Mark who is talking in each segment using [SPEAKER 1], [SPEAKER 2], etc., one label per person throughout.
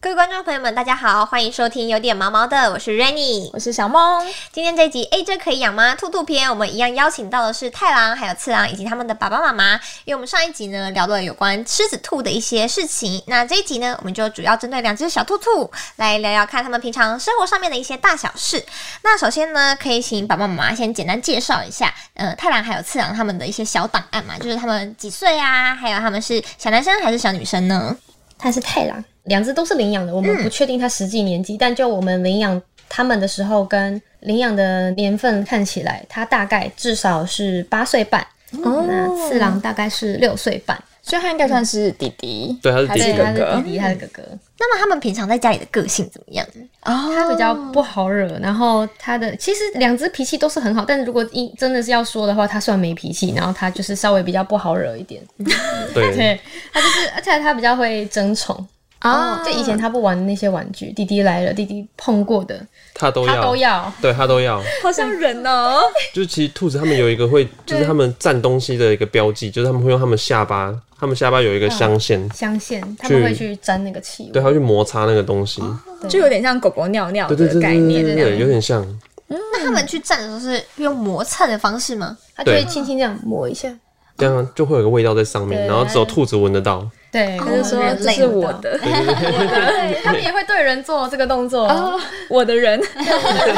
[SPEAKER 1] 各位观众朋友们，大家好，欢迎收听有点毛毛的，我是 Rainy。
[SPEAKER 2] 我是小梦，
[SPEAKER 1] 今天这集《哎，这可以养吗？兔兔篇》，我们一样邀请到的是太郎、还有次郎以及他们的爸爸妈妈。因为我们上一集呢聊了有关狮子兔的一些事情，那这一集呢，我们就主要针对两只小兔兔来聊聊看他们平常生活上面的一些大小事。那首先呢，可以请爸爸妈妈先简单介绍一下，呃，太郎还有次郎他们的一些小档案嘛，就是他们几岁啊，还有他们是小男生还是小女生呢？
[SPEAKER 2] 它是太郎，两只都是领养的，我们不确定它实际年纪，但就我们领养它们的时候跟领养的年份看起来，它大概至少是八岁半，那次郎大概是六岁半，
[SPEAKER 3] 所以他应该算是弟弟，
[SPEAKER 4] 对他是弟弟
[SPEAKER 3] 还
[SPEAKER 2] 对，
[SPEAKER 3] 哥
[SPEAKER 2] 它是
[SPEAKER 3] 哥
[SPEAKER 2] 弟。弟，它是哥哥，
[SPEAKER 1] 那么他们平常在家里的个性怎么样？哦，
[SPEAKER 2] 它比较不好惹，然后它的其实两只脾气都是很好，但如果一真的是要说的话，它算没脾气，然后它就是稍微比较不好惹一点，
[SPEAKER 4] 嗯对，
[SPEAKER 2] 对，它就是而且它比较会争宠。
[SPEAKER 1] 哦
[SPEAKER 2] 就以前他不玩的那些玩具，弟弟来了，弟弟碰过的，
[SPEAKER 4] 他都
[SPEAKER 2] 他
[SPEAKER 4] 要，
[SPEAKER 2] 都要。
[SPEAKER 4] 对他都要。
[SPEAKER 3] 好像人哦，
[SPEAKER 4] 就是其实兔子它们有一个会，就是它们占东西的一个标记，就是它们会用它们下巴，它们下巴有一个镶嵌，
[SPEAKER 3] 哦
[SPEAKER 2] 镶嵌，他们会去沾那个气味。
[SPEAKER 4] 对，它会去摩擦那个东西。
[SPEAKER 2] 对
[SPEAKER 3] 就有点像狗狗尿尿
[SPEAKER 4] 对对
[SPEAKER 3] 的
[SPEAKER 4] 对
[SPEAKER 3] 概
[SPEAKER 4] 对
[SPEAKER 3] 念这
[SPEAKER 4] 对对对，有
[SPEAKER 3] 样。
[SPEAKER 4] 点像。
[SPEAKER 1] 那他们去站的时候是用磨蹭的方式吗？
[SPEAKER 2] 他就会
[SPEAKER 4] 对
[SPEAKER 2] 轻轻这样抹一下。
[SPEAKER 4] 这样就会有个味道在上面，
[SPEAKER 2] 对
[SPEAKER 4] 然后只有兔子闻得到。
[SPEAKER 1] 哦
[SPEAKER 2] 对，他
[SPEAKER 3] 他就说这是我的，
[SPEAKER 2] 对，哦他们也会对人做这个动作。
[SPEAKER 3] 我的人。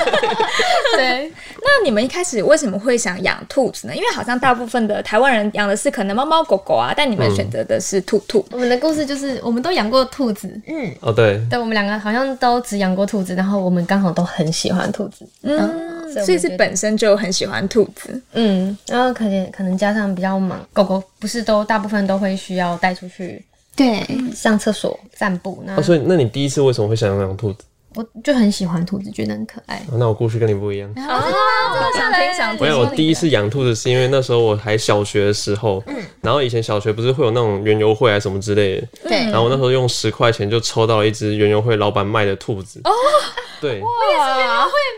[SPEAKER 2] 对，
[SPEAKER 3] 那你们一开始为什么会想养兔子呢？因为好像大部分的台湾人养的是可能猫猫狗狗啊，但你们
[SPEAKER 4] 嗯
[SPEAKER 3] 选择的是兔兔。
[SPEAKER 2] 我们的故事就是，我们都养过兔子。
[SPEAKER 1] 嗯，
[SPEAKER 4] 哦，对，
[SPEAKER 2] 对，我们两个好像都只养过兔子，然后我们刚好都很喜欢兔子。
[SPEAKER 3] 嗯，
[SPEAKER 2] 所以我们
[SPEAKER 3] 所以是
[SPEAKER 2] 觉得
[SPEAKER 3] 本身就很喜欢兔子。
[SPEAKER 2] 嗯，然后可能可能加上比较忙，狗狗不是都大部分都会需要带出去
[SPEAKER 1] 对，
[SPEAKER 2] 上厕所、散步，那
[SPEAKER 4] 哦，所以那你第一次为什么会想养兔子？
[SPEAKER 2] 我就很喜欢兔子，觉得很可爱。
[SPEAKER 4] 哦那我故事跟你不一样。
[SPEAKER 3] 哦，想听想
[SPEAKER 4] 我
[SPEAKER 3] 听。
[SPEAKER 4] 想我第一次养兔子是因为那时候我还小学的时候，然后以前小学不是会有那种园游会啊什么之类的，
[SPEAKER 1] 对
[SPEAKER 4] 然后我那时候用十块钱就抽到了一只园游会老板卖的兔子。哦，对，
[SPEAKER 3] 哇，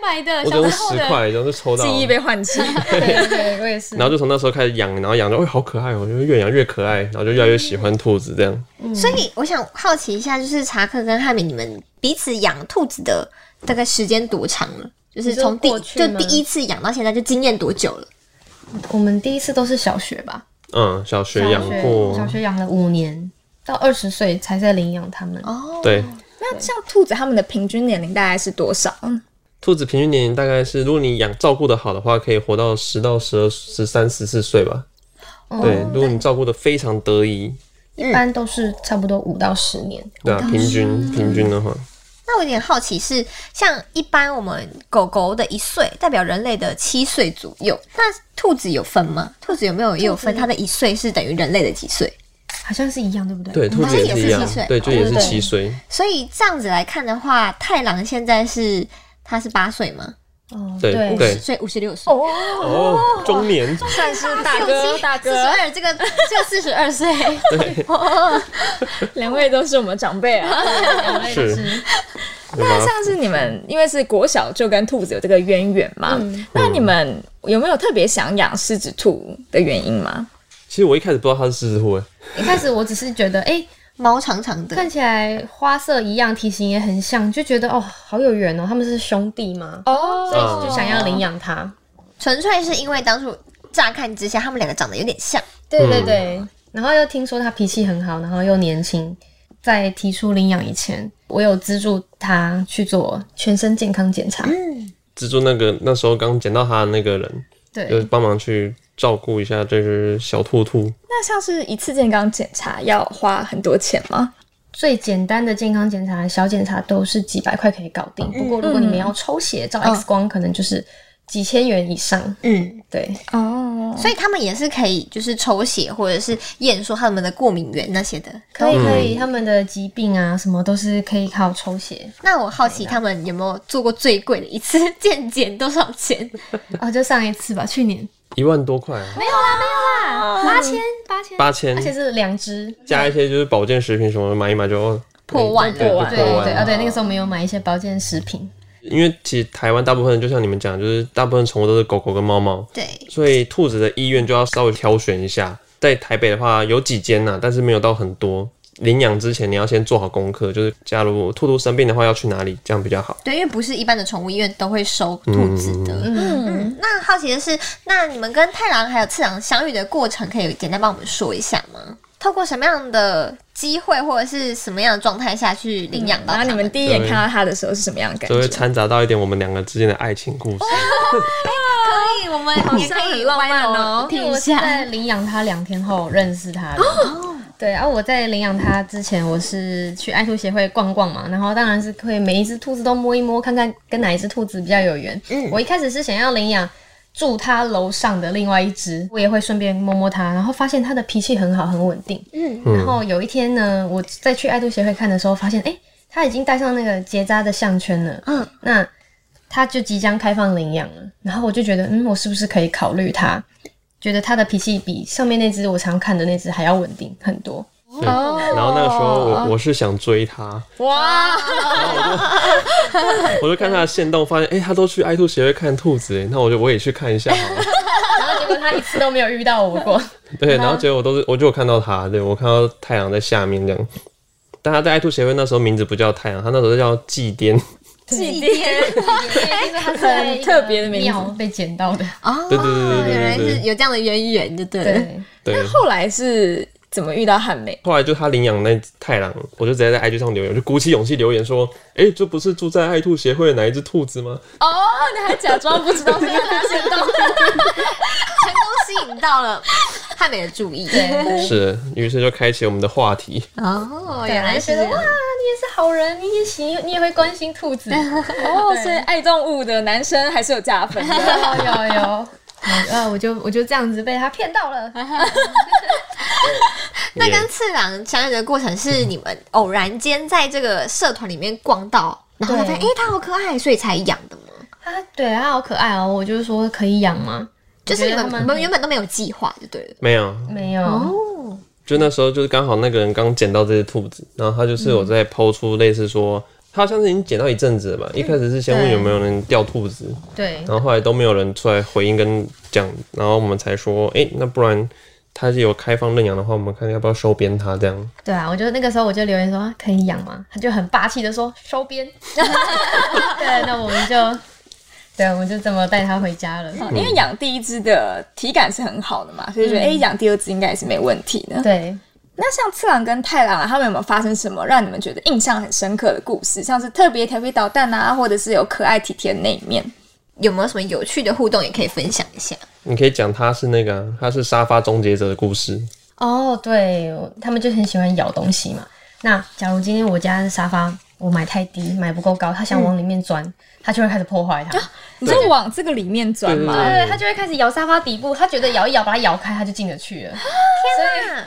[SPEAKER 2] 买的
[SPEAKER 4] 我只用十块，然后就抽到了。
[SPEAKER 3] 记忆被唤起。
[SPEAKER 4] 哦
[SPEAKER 2] 对对，我也是。
[SPEAKER 4] 然后就从那时候开始养，然后养着，哎，好可爱哦、就越养越可爱，然后就越来越喜欢兔子这样。
[SPEAKER 1] 所以我想好奇一下，就是查克跟汉敏，你们彼此养兔子的大概时间多长了？就是从第
[SPEAKER 2] 你说过去
[SPEAKER 1] 就
[SPEAKER 2] 吗
[SPEAKER 1] 第一次养到现在，就经验多久了？
[SPEAKER 2] 我们第一次都是小学吧，
[SPEAKER 4] 嗯，小学
[SPEAKER 2] 小
[SPEAKER 4] 养过，
[SPEAKER 2] 小学养了五年，到二十岁才在领养它们。
[SPEAKER 1] 哦，
[SPEAKER 4] 对，
[SPEAKER 3] 那像兔子，它们的平均年龄大概是多少？
[SPEAKER 4] 兔子平均年龄大概是，如果你养照顾的好的话，可以活到十到十二、十三、十四岁吧。对，如果你照顾的非常得意，
[SPEAKER 2] 一般都是差不多五到十年。
[SPEAKER 4] 对啊，平均平均的话，
[SPEAKER 1] 那我有点好奇是，像一般我们狗狗的一岁代表人类的七岁左右，那兔子有分吗？兔子有没有也有分？它的一岁是等于人类的几岁？
[SPEAKER 2] 好像是一样，对不对？
[SPEAKER 4] 对，兔
[SPEAKER 1] 们
[SPEAKER 4] 子也
[SPEAKER 1] 也
[SPEAKER 4] 是
[SPEAKER 1] 是
[SPEAKER 4] 一样
[SPEAKER 1] 七岁，
[SPEAKER 4] 对，就也是
[SPEAKER 2] 对
[SPEAKER 4] 七岁，
[SPEAKER 1] 所以这样子来看的话，太郎现在是它是八岁吗？
[SPEAKER 2] 哦，
[SPEAKER 4] 对
[SPEAKER 2] 对
[SPEAKER 4] 对
[SPEAKER 1] 所以五十六岁。
[SPEAKER 3] 哦，
[SPEAKER 4] 哦，中年，
[SPEAKER 3] 算 是大哥大
[SPEAKER 1] 四十
[SPEAKER 3] 哥，
[SPEAKER 1] 二，这个这个四十二岁，
[SPEAKER 3] 两位都是我们长辈啊。
[SPEAKER 4] 是，对
[SPEAKER 3] 那
[SPEAKER 4] 吧？
[SPEAKER 3] 像是你们，因为是国小就跟兔子有这个渊源嘛，那你们有没有特别想养狮子兔的原因吗？
[SPEAKER 4] 其实我一开始不知道它是狮子兔，哎
[SPEAKER 2] 一开始我只是觉得，哎、
[SPEAKER 1] 毛长长的，
[SPEAKER 2] 看起来花色一样，体型也很像，就觉得哦，好有缘哦，他们是兄弟吗？
[SPEAKER 3] 哦，
[SPEAKER 2] 所以
[SPEAKER 4] 啊
[SPEAKER 2] 就想要领养它。
[SPEAKER 1] 纯粹是因为当初乍看之下他们两个长得有点像，
[SPEAKER 2] 对对对，
[SPEAKER 3] 嗯
[SPEAKER 2] 然后又听说他脾气很好，然后又年轻，在提出领养以前，我有资助他去做全身健康检
[SPEAKER 1] 嗯
[SPEAKER 2] 查。
[SPEAKER 4] 蜘蛛那个那时候刚捡到它的那个人，就是
[SPEAKER 2] 对，
[SPEAKER 4] 帮忙去照顾一下这只小兔兔。
[SPEAKER 3] 那像是一次健康检查要花很多钱吗？
[SPEAKER 2] 最简单的健康检查、小检查都是几百块可以搞定。不过如果你们要抽血、照 X 光，可能就是几千元以上。
[SPEAKER 1] 嗯，
[SPEAKER 2] 对，
[SPEAKER 3] 哦，
[SPEAKER 1] 所以他们也是可以就是抽血或者是验说他们的过敏源那些的。
[SPEAKER 2] 可以可嗯以，他们的疾病啊什么都是可以靠抽血
[SPEAKER 1] 那我好奇他们有没有做过最贵的一次 健检多少钱？
[SPEAKER 2] 啊。就上一次吧，去年
[SPEAKER 4] 一万多块啊，
[SPEAKER 2] 八千八千，
[SPEAKER 4] 八千
[SPEAKER 2] 而，且是两只。
[SPEAKER 4] 加一些就是保健食品什么的，买一买就哦
[SPEAKER 1] 破万了
[SPEAKER 4] 对，就
[SPEAKER 3] 破万
[SPEAKER 2] 对
[SPEAKER 4] 破
[SPEAKER 2] 对
[SPEAKER 4] 万
[SPEAKER 2] 啊，
[SPEAKER 4] 了。
[SPEAKER 2] 对，那个时候没有买一些保健食品。
[SPEAKER 4] 因为其实台湾大部分就像你们讲，就是大部分宠物都是狗狗跟猫猫，
[SPEAKER 1] 对，
[SPEAKER 4] 所以兔子的医院就要稍微挑选一下。在台北的话有几间呐、但是没有到很多。领养之前，你要先做好功课，就是假如兔兔生病的话，要去哪里，这样比较好。
[SPEAKER 1] 对，因为不是一般的宠物医院都会收兔子的。嗯嗯。那好奇的是，那你们跟太郎还有次郎相遇的过程，可以简单帮我们说一下吗？透过什么样的机会或者是什么样的状态下去领养到
[SPEAKER 3] 然后
[SPEAKER 1] 他
[SPEAKER 3] 你
[SPEAKER 1] 们
[SPEAKER 3] 们第一眼看到它的时候是什么样的感
[SPEAKER 4] 就会
[SPEAKER 3] 觉？
[SPEAKER 4] 掺杂到一点我们两个之间的爱情故事。
[SPEAKER 1] 可以，哎我们也可
[SPEAKER 3] 像
[SPEAKER 1] 以
[SPEAKER 3] 很浪漫
[SPEAKER 1] 歪 楼
[SPEAKER 2] 因为
[SPEAKER 3] 哦
[SPEAKER 1] 听
[SPEAKER 2] 我
[SPEAKER 1] 一
[SPEAKER 2] 是
[SPEAKER 1] 下。哦
[SPEAKER 2] 在领养它两天后认识它的。对，然、后我在领养它之前，我是去爱兔协会逛逛嘛，然后当然是会每一只兔子都摸一摸，看看跟哪一只兔子比较有缘。
[SPEAKER 1] 嗯
[SPEAKER 2] 我一开始是想要领养住它楼上的另外一只，我也会顺便摸摸它，然后发现它的脾气很好，很稳定。
[SPEAKER 1] 嗯
[SPEAKER 2] 然后有一天呢，我在去爱兔协会看的时候，发现哎，诶它已经戴上那个结扎的项圈了。
[SPEAKER 1] 嗯，
[SPEAKER 2] 那它就即将开放领养了。然后我就觉得，嗯，我是不是可以考虑它？觉得它的脾气比上面那只我常看的那只还要稳定很多。
[SPEAKER 4] 对然后那个时候我我是想追他，
[SPEAKER 3] 哇，
[SPEAKER 4] 我就看他的线动，发现哎、诶他都去爱兔协会看兔子，哎诶那我就我也去看一下好了。
[SPEAKER 2] 然后结果它一次都没有遇到我过。
[SPEAKER 4] 对，然后结果都是我就有看到他，对我看到太阳在下面这样。但他在爱兔协会那时候名字不叫太阳，他那时候叫祭奠，
[SPEAKER 3] 祭奠，
[SPEAKER 2] 因为它是在一个
[SPEAKER 3] 很特别的名字
[SPEAKER 2] 庙被捡到的。
[SPEAKER 1] 哦，
[SPEAKER 4] 对对对对对对
[SPEAKER 1] 原来是有这样的渊源，就对了。
[SPEAKER 2] 对，
[SPEAKER 4] 对。
[SPEAKER 3] 后来是怎么遇到汉美？
[SPEAKER 4] 后来就他领养那只太郎，我就直接在 IG 上留言，我就鼓起勇气留言说：“哎、这不是住在爱兔协会的哪一只兔子吗
[SPEAKER 3] 哦，你还假装不知道这个发现到，
[SPEAKER 1] 成功吸引到了汉美的注意。
[SPEAKER 2] 对？”
[SPEAKER 4] 是，于是就开启我们的话题。
[SPEAKER 1] 哦，原
[SPEAKER 2] 本来
[SPEAKER 1] 来
[SPEAKER 2] 就是觉
[SPEAKER 1] 这
[SPEAKER 2] 得哇，你
[SPEAKER 1] 样。
[SPEAKER 2] 也是好人，你也喜，你也会关心兔 子。
[SPEAKER 3] 哦，所以爱动物的男生还是有加分 的。
[SPEAKER 2] 有有有，嗯啊，我就我就这样子被他骗到了。
[SPEAKER 1] 那
[SPEAKER 4] 也
[SPEAKER 1] 跟次郎相遇的过程是你们偶然间在这个社团里面逛到，然后
[SPEAKER 2] 对
[SPEAKER 1] 发现哎，诶它好可爱，所以才养的吗？
[SPEAKER 2] 他对他好可爱哦，我就是说可以养吗？
[SPEAKER 1] 就是你
[SPEAKER 2] 我觉
[SPEAKER 1] 们
[SPEAKER 2] 得他
[SPEAKER 1] 你们
[SPEAKER 2] 很
[SPEAKER 1] 原本都没有计划，就对了。
[SPEAKER 4] 没有，
[SPEAKER 2] 没有，
[SPEAKER 1] 哦，
[SPEAKER 4] 就那时候就是刚好那个人刚捡到这只兔子，然后他就是
[SPEAKER 2] 嗯
[SPEAKER 4] 有在抛出类似说，他好像是已经捡到一阵子了吧。一开始是先问
[SPEAKER 2] 对
[SPEAKER 4] 有没有人掉兔子，
[SPEAKER 2] 对
[SPEAKER 4] 然后后来都没有人出来回应跟讲，然后我们才说，哎、那不然他有开放认养的话，我们看要不要收编他这样。
[SPEAKER 2] 对啊，我就那个时候我就留言说啊可以养吗？他就很霸气的说收编。 对，那我们就对，我们就这么带他回家了。
[SPEAKER 3] 因为养第一只的体感是很好的嘛，所以觉得哎，诶养第二只应该也是没问题的。
[SPEAKER 2] 对，
[SPEAKER 3] 那像次郎跟太郎啊，他们有没有发生什么让你们觉得印象很深刻的故事？像是特别调皮捣蛋啊，或者是有可爱体贴的那一面？
[SPEAKER 1] 有没有什么有趣的互动也可以分享一下？
[SPEAKER 4] 你可以讲他是那个啊、他是沙发终结者的故事，
[SPEAKER 2] 哦，对，我他们就很喜欢咬东西嘛。那假如今天我家的沙发我买太低，买不够高，他想往里面钻，他就会开始破坏它。
[SPEAKER 3] 你就往这个里面钻
[SPEAKER 4] 对
[SPEAKER 3] 嘛。
[SPEAKER 2] 啊对，他就会开始摇沙发底部，他觉得摇一摇把它摇开，他就进得去了。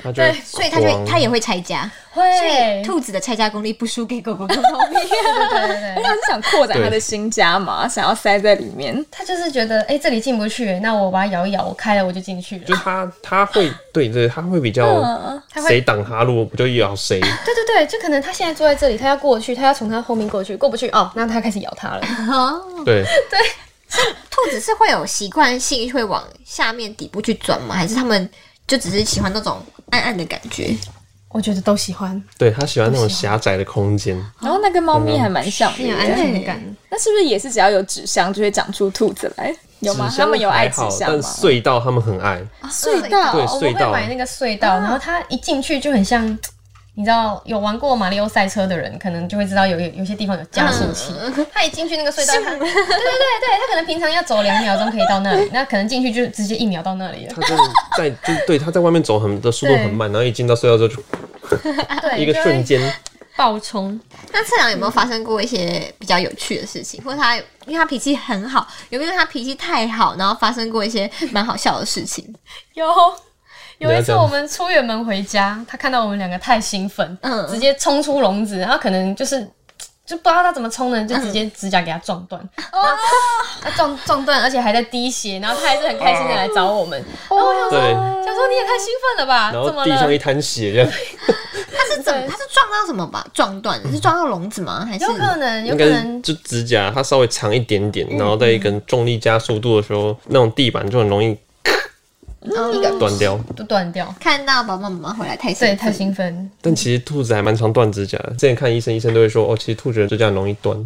[SPEAKER 4] 他就会
[SPEAKER 1] 所以它就
[SPEAKER 4] 狂
[SPEAKER 1] 它也会拆家，所
[SPEAKER 2] 会
[SPEAKER 1] 以，兔子的拆家功力不输给狗狗跟猫咪。
[SPEAKER 2] 对对对，
[SPEAKER 3] 他是想扩展他的新家嘛，想要塞在里面。
[SPEAKER 2] 他就是觉得哎、诶这里进不去，那我把它摇一摇，我开了我就进去
[SPEAKER 4] 就
[SPEAKER 2] 了。
[SPEAKER 4] 他他会对对，他会比较
[SPEAKER 2] 他会
[SPEAKER 4] 谁挡他路我就咬谁，
[SPEAKER 2] 对对对，就可能他现在坐在这里，他要过去，他要从他后面过去，过不去哦，那他开始咬他 了。
[SPEAKER 1] 哦，
[SPEAKER 4] 对，
[SPEAKER 1] 兔子是会有习惯性会往下面底部去钻吗？还是它们就只是喜欢那种暗暗的感觉？
[SPEAKER 2] 我觉得都喜欢，
[SPEAKER 4] 对他喜欢那种狭窄的空间，
[SPEAKER 3] 然后那跟猫咪还蛮像的，
[SPEAKER 2] 很有安全感。
[SPEAKER 3] 那是不是也是只要有纸箱就会长出兔子来？有吗？
[SPEAKER 4] 纸
[SPEAKER 3] 他
[SPEAKER 4] 箱
[SPEAKER 3] 们有爱
[SPEAKER 4] 还
[SPEAKER 3] 纸
[SPEAKER 4] 好，
[SPEAKER 3] 箱
[SPEAKER 4] 但
[SPEAKER 3] 吗？
[SPEAKER 4] 隧道他们很爱，
[SPEAKER 3] 隧道
[SPEAKER 4] 对
[SPEAKER 2] 我
[SPEAKER 4] 隧
[SPEAKER 2] 会
[SPEAKER 4] 道
[SPEAKER 2] 买那个隧道，然后他一进去就很像，你知道有玩过马里奥赛车的人，可能就会知道有有有些地方有加速器。嗯他一进去那个隧道，他对对对对，他可能平常要走两秒钟可以到那里，那可能进去就直接一秒到那里了。
[SPEAKER 4] 他真的在就对他在外面走很的速度很慢，然后一进到隧道之后就
[SPEAKER 2] 啊哎对，
[SPEAKER 4] 一个
[SPEAKER 2] 就会
[SPEAKER 4] 瞬间，
[SPEAKER 2] 爆冲。
[SPEAKER 1] 那次郎有没有发生过一些比较有趣的事情，或者他因为他脾气很好，有没有因为他脾气太好，然后发生过一些蛮好笑的事情？
[SPEAKER 2] 有有一
[SPEAKER 4] 了
[SPEAKER 2] 次
[SPEAKER 4] 解
[SPEAKER 2] 我们出远门回家，他看到我们两个太兴奋，
[SPEAKER 1] 嗯
[SPEAKER 2] 直接冲出笼子，然后可能就是就不知道他怎么冲的，就直接指甲给他撞断，他撞撞断，而且还在滴血，然后他还是很开心的来找我们，然后我想
[SPEAKER 4] 对，
[SPEAKER 2] 想说你也太兴奋了吧，
[SPEAKER 4] 然
[SPEAKER 2] 啊怎
[SPEAKER 4] 后
[SPEAKER 2] 么
[SPEAKER 4] 地上
[SPEAKER 2] 了
[SPEAKER 4] 一？滩血这样，
[SPEAKER 1] 他是怎么？他是撞到什么吧？撞断？是撞到笼子吗？还是
[SPEAKER 2] 有可能， 嗯有
[SPEAKER 4] 应
[SPEAKER 2] 可
[SPEAKER 4] 该是
[SPEAKER 2] 能，
[SPEAKER 4] 就指甲它稍微长一点点，然后在一个重力加速度的时候，那种地板就很容易
[SPEAKER 1] 一
[SPEAKER 3] 嗯
[SPEAKER 1] 个
[SPEAKER 4] 断掉。
[SPEAKER 2] 都断掉。
[SPEAKER 1] 看到爸爸妈妈回来太兴
[SPEAKER 2] 对，
[SPEAKER 1] 奋
[SPEAKER 2] 太兴奋。
[SPEAKER 4] 但其实兔子还蛮常断指甲的，之前看医生，医生都会说，哦，其实兔子的指甲很容易断。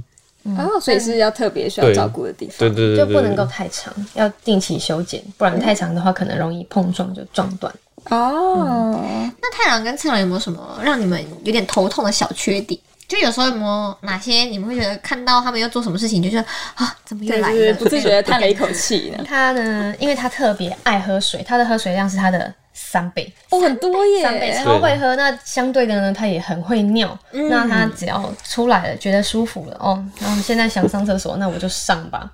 [SPEAKER 3] 哦，所以是要特别需要
[SPEAKER 4] 对
[SPEAKER 3] 照顾的地方。
[SPEAKER 4] 对对对
[SPEAKER 2] 就
[SPEAKER 4] 对
[SPEAKER 2] 不能够太长，要定期修剪，不然太长的话可能容易碰撞就撞断。
[SPEAKER 3] 哦，
[SPEAKER 1] 那太郎跟次郎有没有什么让你们有点头痛的小缺点？就有时候有没有哪些你们会觉得看到他们又做什么事情，就觉得啊，怎么又
[SPEAKER 3] 对，
[SPEAKER 1] 来
[SPEAKER 3] 就
[SPEAKER 1] 了？
[SPEAKER 3] 是不自觉地叹了一口气呢。
[SPEAKER 2] 他呢，因为他特别爱喝水，他的喝水量是他的 三倍，
[SPEAKER 3] 哦，很多
[SPEAKER 2] 三倍
[SPEAKER 3] 耶，
[SPEAKER 2] 超会喝。那相对的呢，他也很会尿。
[SPEAKER 1] 嗯
[SPEAKER 2] 那他只要出来了，觉得舒服了哦，然后现在想上厕所，那我就上吧。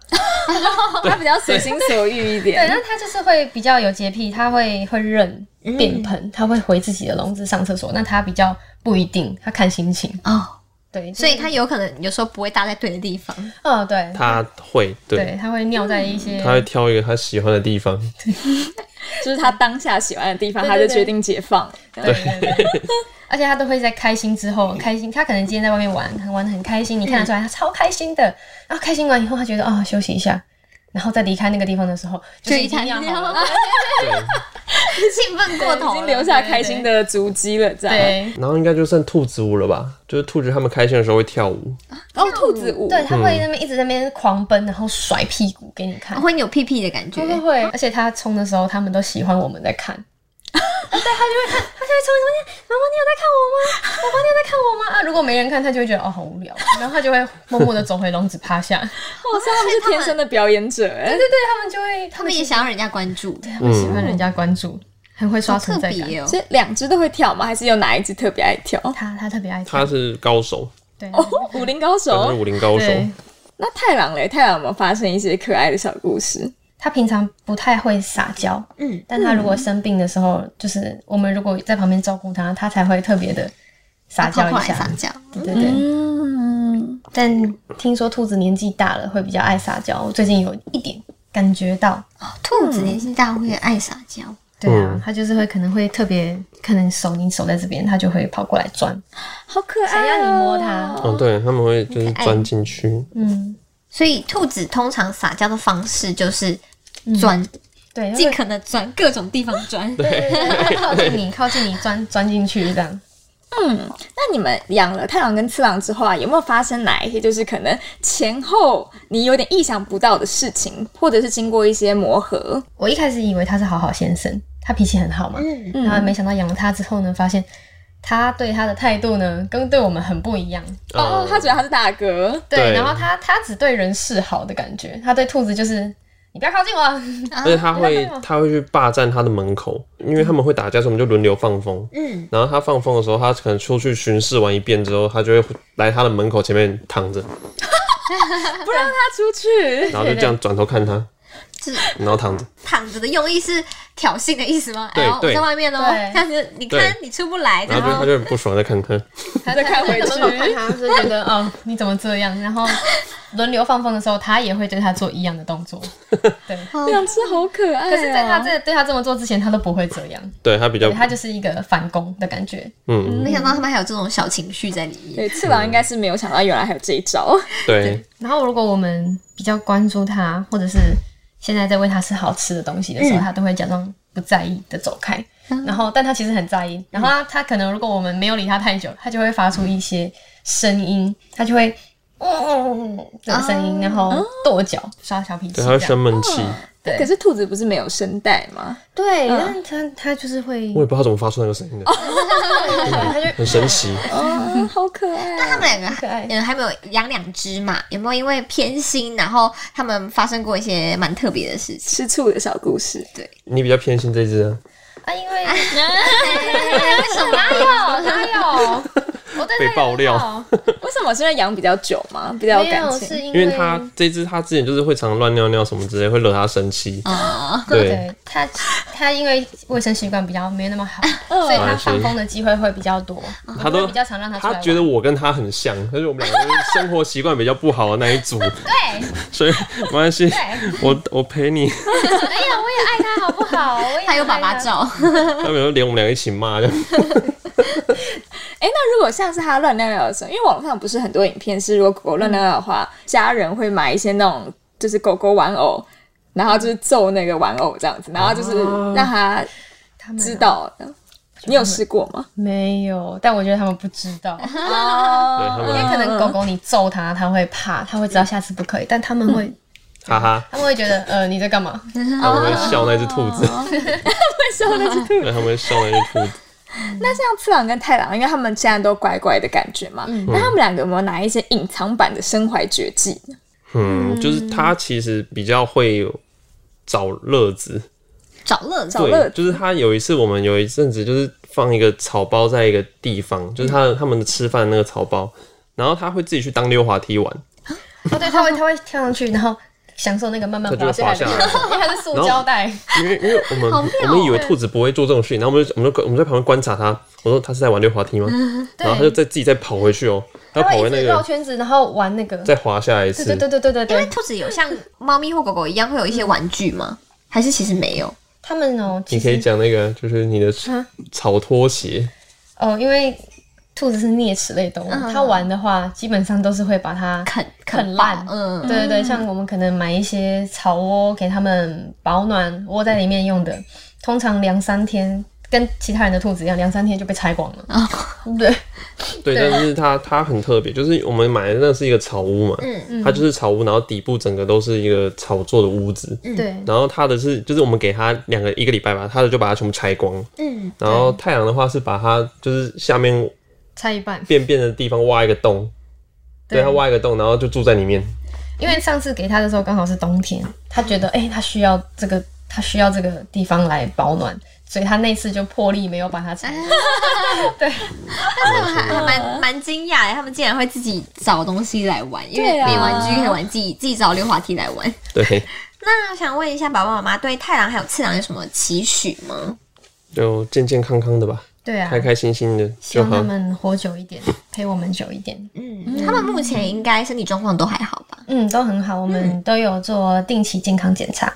[SPEAKER 3] 他比较随心所欲一
[SPEAKER 2] 对，
[SPEAKER 3] 点。
[SPEAKER 2] 那他就是会比较有洁癖，他会会认
[SPEAKER 1] 嗯
[SPEAKER 2] 便盆，他会回自己的笼子上厕所。那他比较不一定，他看心情。
[SPEAKER 3] 嗯
[SPEAKER 1] 哦，
[SPEAKER 2] 对，
[SPEAKER 1] 所以他有可能有时候不会搭在对的地方。
[SPEAKER 2] 哦，对，
[SPEAKER 4] 它会，
[SPEAKER 2] 对嗯
[SPEAKER 4] 对，
[SPEAKER 2] 他会尿在一些
[SPEAKER 4] 它会挑一个它喜欢的 地方。
[SPEAKER 3] 就是他当下喜欢的地方，
[SPEAKER 2] 对
[SPEAKER 3] 他
[SPEAKER 2] 对
[SPEAKER 3] 就
[SPEAKER 2] 对
[SPEAKER 3] 决定解放。
[SPEAKER 2] 对对对，而且他都会在开心之后开心，他可能今天在外面玩，很玩得很开心，你看得出来他超开心的。然后开心完以后，他觉得哦休息一下，然后再离开那个地方的时候，就是已
[SPEAKER 1] 一
[SPEAKER 2] 经
[SPEAKER 1] 滩
[SPEAKER 2] 尿
[SPEAKER 1] 尿
[SPEAKER 2] 好了。
[SPEAKER 1] 了，
[SPEAKER 4] 对，
[SPEAKER 1] 兴奋过
[SPEAKER 3] 已
[SPEAKER 1] 头
[SPEAKER 3] 经
[SPEAKER 1] 了
[SPEAKER 3] 留下开心的足迹了，这样。
[SPEAKER 2] 对
[SPEAKER 4] 然后应该就算兔子舞了吧？就是兔子它们开心的时候会跳舞，
[SPEAKER 3] 哦，兔子舞，
[SPEAKER 2] 对，他会那边一直在那边狂奔，然后甩屁股给你看。
[SPEAKER 1] 会扭屁屁的感觉
[SPEAKER 2] 会。会会，而且他冲的时候，他们都喜欢我们在看。对，他就会看，他就会冲一冲，妈妈，你有在看我吗？妈妈，你有在看我吗？啊，如果没人看，他就会觉得哦，好无聊，然后他就会默默的走回笼子趴下。
[SPEAKER 3] 哦，所以他们是天生的表演者，哎
[SPEAKER 2] 对，对对，他们就会，
[SPEAKER 1] 他们也想要人家关注，
[SPEAKER 2] 他们喜欢人家关注，很会刷
[SPEAKER 1] 好
[SPEAKER 2] 存
[SPEAKER 1] 特
[SPEAKER 2] 在感。
[SPEAKER 1] 别哦。
[SPEAKER 3] 所以两只都会跳吗？还是有哪一只特别爱跳？
[SPEAKER 2] 他他特别爱跳
[SPEAKER 4] 它是高手，
[SPEAKER 2] 对
[SPEAKER 3] 哦，武林高
[SPEAKER 4] 它是
[SPEAKER 3] 手。
[SPEAKER 4] 武林高手。
[SPEAKER 2] 嗯对，
[SPEAKER 3] 那太郎嘞，太郎有没有发生一些可爱的小故事？
[SPEAKER 2] 他平常不太会撒娇，
[SPEAKER 1] 嗯，
[SPEAKER 2] 但他如果生病的时候，就是我们如果在旁边照顾他，他才会特别的撒娇
[SPEAKER 1] 跑过来
[SPEAKER 2] 一
[SPEAKER 1] 撒
[SPEAKER 2] 下。
[SPEAKER 1] 娇，
[SPEAKER 2] 对对对，
[SPEAKER 3] 嗯，
[SPEAKER 2] 但听说兔子年纪大了会比较爱撒娇，我最近有一点感觉到，
[SPEAKER 1] 兔
[SPEAKER 2] 嗯
[SPEAKER 1] 子年纪大会爱撒娇，
[SPEAKER 2] 对啊
[SPEAKER 4] 嗯，
[SPEAKER 2] 它就是会可能会特别，可能手你手在这边，它就会跑过来钻，
[SPEAKER 3] 好可爱、
[SPEAKER 2] 想要你摸它。
[SPEAKER 4] 哦，对，他们会就是钻进去，
[SPEAKER 2] 嗯，
[SPEAKER 1] 所以兔子通常撒娇的方式就是
[SPEAKER 2] 嗯
[SPEAKER 1] 钻，
[SPEAKER 2] 对，
[SPEAKER 1] 尽可能钻各种地方钻。
[SPEAKER 2] 对它会靠近你，靠近你钻钻进去这样。
[SPEAKER 3] 那你们养了太郎跟次郎之后啊，有没有发生哪一些就是可能前后你有点意想不到的事情，或者是经过一些磨合？
[SPEAKER 2] 我一开始以为他是好好先生，他脾气很好嘛，
[SPEAKER 1] 嗯
[SPEAKER 2] 然后没想到养了他之后呢，发现他对他的态度呢，跟对我们很不一样。
[SPEAKER 4] 呃
[SPEAKER 3] 哦，他觉得他是大哥，
[SPEAKER 2] 对，
[SPEAKER 4] 对
[SPEAKER 2] 然后他他只对人示好的感觉，他对兔子就是你不要靠近我，
[SPEAKER 4] 而且他会他会去霸占他的门口，因为他们会打架，所以我们就轮流放风。
[SPEAKER 1] 嗯，
[SPEAKER 4] 然后他放风的时候，他可能出去巡视完一遍之后，他就会来他的门口前面躺着，
[SPEAKER 3] 不让他出去。
[SPEAKER 4] 然后就这样转头看他，
[SPEAKER 1] 是
[SPEAKER 4] 然后躺着。
[SPEAKER 1] 躺着的用意是挑衅的意思吗？
[SPEAKER 4] 对
[SPEAKER 1] 哎呦，我
[SPEAKER 4] 对
[SPEAKER 1] 在外面哦，
[SPEAKER 2] 对
[SPEAKER 1] 这样子你看
[SPEAKER 4] 对
[SPEAKER 1] 你出不来，
[SPEAKER 4] 然
[SPEAKER 1] 然
[SPEAKER 4] 后就他
[SPEAKER 1] 后
[SPEAKER 4] 就很不爽在看他，
[SPEAKER 2] 他
[SPEAKER 3] 再看回去
[SPEAKER 2] 他看他就觉得哦，你怎么这样？然后轮流放风的时候，他也会对他做一样的动作。对，
[SPEAKER 3] 两只好可爱、哦，
[SPEAKER 2] 可是在他这对他这么做之前，他都不会这样，
[SPEAKER 4] 对他比较
[SPEAKER 2] 对他就是一个反攻的感觉。
[SPEAKER 4] 嗯
[SPEAKER 1] 没想到他们还有这种小情绪在里面。
[SPEAKER 3] 对次郎应该是没有想到原来还有这一招。
[SPEAKER 4] 对
[SPEAKER 2] 然后如果我们比较关注他，或者是现在在喂他吃好吃的东西的时候，他都会假装不在意的走开。然后，但他其实很在意。然后他他可能如果我们没有理他太久，他就会发出一些声音，他就会嗯这个声音，然后跺脚、耍小脾气
[SPEAKER 4] 对，
[SPEAKER 2] 这
[SPEAKER 4] 他会
[SPEAKER 2] 样。
[SPEAKER 4] 生闷气，
[SPEAKER 2] 对
[SPEAKER 3] 可是兔子不是没有声带吗？
[SPEAKER 2] 对，
[SPEAKER 3] 嗯
[SPEAKER 2] 但他他就是会
[SPEAKER 4] 我也不知道怎么发出那个声音的，
[SPEAKER 2] 他就
[SPEAKER 4] 很神奇。
[SPEAKER 3] 哦， 好可爱、
[SPEAKER 1] 他
[SPEAKER 3] 哦。
[SPEAKER 1] 们两个
[SPEAKER 2] 可爱
[SPEAKER 1] 还嗯还没有养两只嘛？有没有因为偏心，然后他们发生过一些蛮特别的事情？
[SPEAKER 3] 吃醋的小故事，
[SPEAKER 4] 你比较偏心这只啊？
[SPEAKER 2] 啊，因为
[SPEAKER 1] 为什么？
[SPEAKER 2] 哪有哪有，我对他
[SPEAKER 4] 被爆
[SPEAKER 2] 有
[SPEAKER 4] 料
[SPEAKER 2] 好
[SPEAKER 3] 为什么是因为养比较久吗？比较
[SPEAKER 2] 没
[SPEAKER 3] 有感
[SPEAKER 2] 有
[SPEAKER 3] 情
[SPEAKER 2] 是因
[SPEAKER 4] 因为他这只他之前就是会常乱尿尿什么之类，会惹他生气。
[SPEAKER 1] 哦，
[SPEAKER 4] 对，
[SPEAKER 2] 对他，他因为卫生习惯比较没那 么好，所以他放风的机会会比较多，
[SPEAKER 4] 他都
[SPEAKER 2] 比较常让哦他出来
[SPEAKER 4] 他
[SPEAKER 2] 玩
[SPEAKER 4] 觉得我跟他很像，但是我们两个就是生活习惯比较不好的那一 组。对，所以没关系，我我陪
[SPEAKER 2] 哎
[SPEAKER 4] 你。
[SPEAKER 2] 呀，我也爱他好不好？我也
[SPEAKER 1] 还有爸爸
[SPEAKER 2] 爱他，
[SPEAKER 1] 照，
[SPEAKER 4] 他们连我们两个一起骂这样。
[SPEAKER 3] 哎、那如果像是它乱尿尿的时候，因为网上不是很多影片是，如果狗狗乱尿尿的话，家人会买一些那种就是狗狗玩偶。然后就是揍那个玩偶这样子，然后就是让他
[SPEAKER 2] 他们啊
[SPEAKER 3] 知道。你有试过吗？
[SPEAKER 2] 没有？但我觉得他们不知 道，
[SPEAKER 4] 对他
[SPEAKER 3] 哦，
[SPEAKER 2] 因为
[SPEAKER 4] 们，
[SPEAKER 2] 可能狗狗你揍它，它会怕，它会知道下次不可以，但他们会，
[SPEAKER 4] 哈哈，
[SPEAKER 2] 他们会觉得呃你在干嘛？
[SPEAKER 4] 他们会笑那只兔子，
[SPEAKER 2] 哦
[SPEAKER 3] 笑那只兔。
[SPEAKER 4] 对，他们会笑那只兔子。
[SPEAKER 3] 那像次郎跟太郎，因为他们现在都乖乖的感觉嘛，那他们两个有没有拿一些隐藏版的身怀绝技呢？
[SPEAKER 4] 嗯，就是他其实比较会找乐子，
[SPEAKER 1] 找乐子
[SPEAKER 3] 找乐
[SPEAKER 4] 对，
[SPEAKER 3] 子
[SPEAKER 4] 就是他有一次，我们有一阵子就是放一个草包在一个地方，就是他他们吃饭的那个草包，然后他会自己去当溜滑梯玩，
[SPEAKER 2] 哦，对，它会它会跳上去，然后享受那个慢慢
[SPEAKER 4] 他就
[SPEAKER 2] 滑
[SPEAKER 4] 会
[SPEAKER 2] 下
[SPEAKER 4] 滑
[SPEAKER 2] 来的
[SPEAKER 4] 下，来。
[SPEAKER 2] 因为它是塑胶袋，
[SPEAKER 4] 因为因为我们我们以
[SPEAKER 2] 欸
[SPEAKER 4] 为兔子不会做这种事情，然后我们就我们就我们在旁边观察它，我说它是在玩溜滑梯吗？然后它就再自己再跑回去哦，它
[SPEAKER 2] 嗯它
[SPEAKER 4] 跑
[SPEAKER 2] 会
[SPEAKER 4] 回
[SPEAKER 2] 一
[SPEAKER 4] 那
[SPEAKER 2] 直绕
[SPEAKER 4] 个
[SPEAKER 2] 圈子，然后玩那个，
[SPEAKER 4] 再滑下来一
[SPEAKER 2] 对
[SPEAKER 4] 次
[SPEAKER 2] 对，对对对
[SPEAKER 1] 因
[SPEAKER 2] 对
[SPEAKER 1] 为
[SPEAKER 2] 对，
[SPEAKER 1] 兔子有像猫咪或狗狗一样会有一些玩具吗？还是其实没有？
[SPEAKER 2] 他们哦，其
[SPEAKER 4] 你可以
[SPEAKER 2] 实嗯
[SPEAKER 4] 讲那个就是你的草拖鞋，
[SPEAKER 2] 哦，因为兔子是啮齿类动物，它玩的话基本上都是会把它
[SPEAKER 1] 啃
[SPEAKER 2] 啃烂
[SPEAKER 1] 爆嗯，
[SPEAKER 2] 对对对，像我们可能买一些草窝给它们保暖，窝在里面用的，通常两三天，跟其他人的兔子一样，两三天就被拆光了。 对，
[SPEAKER 4] 对，
[SPEAKER 2] 对
[SPEAKER 4] 但是它它很特别，就是我们买的那是一个草屋嘛，
[SPEAKER 2] 嗯
[SPEAKER 1] 嗯
[SPEAKER 4] 它就是草屋，然后底部整个都是一个草做的屋子，
[SPEAKER 2] 对，
[SPEAKER 4] 然后它的是就是我们给它两个一个礼拜吧，它的就把它全部拆光，
[SPEAKER 1] 嗯，
[SPEAKER 4] 然后太阳的话是把它就是下面
[SPEAKER 2] 拆一半。
[SPEAKER 4] 便便的地方挖一个洞，对，它挖一个洞，然后就住在里面，
[SPEAKER 2] 因为上次给它的时候刚好是冬天，它觉得哎、它需要这个，它需要这个地方来保暖，所以它那次就破例没有把它拆。
[SPEAKER 1] 他们还还蛮蛮惊讶的，他们竟然会自己找东西来玩，因为
[SPEAKER 3] 对啊
[SPEAKER 1] 没玩具可以玩，自己自己找溜滑梯来玩。
[SPEAKER 4] 对，
[SPEAKER 1] 那我想问一下，爸爸妈妈对太郎还有次郎有什么期许吗？
[SPEAKER 4] 就健健康康的吧，
[SPEAKER 2] 对啊
[SPEAKER 4] 开，开心心的
[SPEAKER 2] 希
[SPEAKER 4] 就
[SPEAKER 2] 望它
[SPEAKER 4] 好。
[SPEAKER 2] 们活久一点，陪我们久一点。
[SPEAKER 1] 嗯，他们目前应该身体状况都还好吧？
[SPEAKER 2] 嗯，都很好，我们都有做定期健康检查。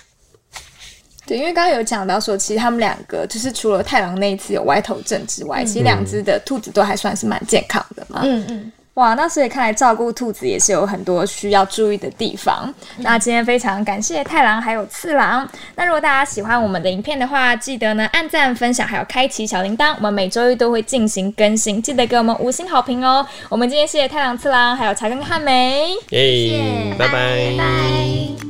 [SPEAKER 3] 对，因为刚刚有讲到说，其实他们两个就是除了太郎那一次有歪头症之外，其实两只的兔子都还算是蛮健康的嘛。
[SPEAKER 2] 嗯嗯。
[SPEAKER 3] 哇，那所以看来照顾兔子也是有很多需要注意的地方。那今天非常感谢太郎还有次郎。那如果大家喜欢我们的影片的话，记得呢按赞、分享，还有开启小铃铛。我们每周一都会进行更新，记得给我们五星好评哦。我们今天谢谢太郎、次郎，还有茶根和汉梅。
[SPEAKER 4] 耶，拜拜。
[SPEAKER 1] 拜。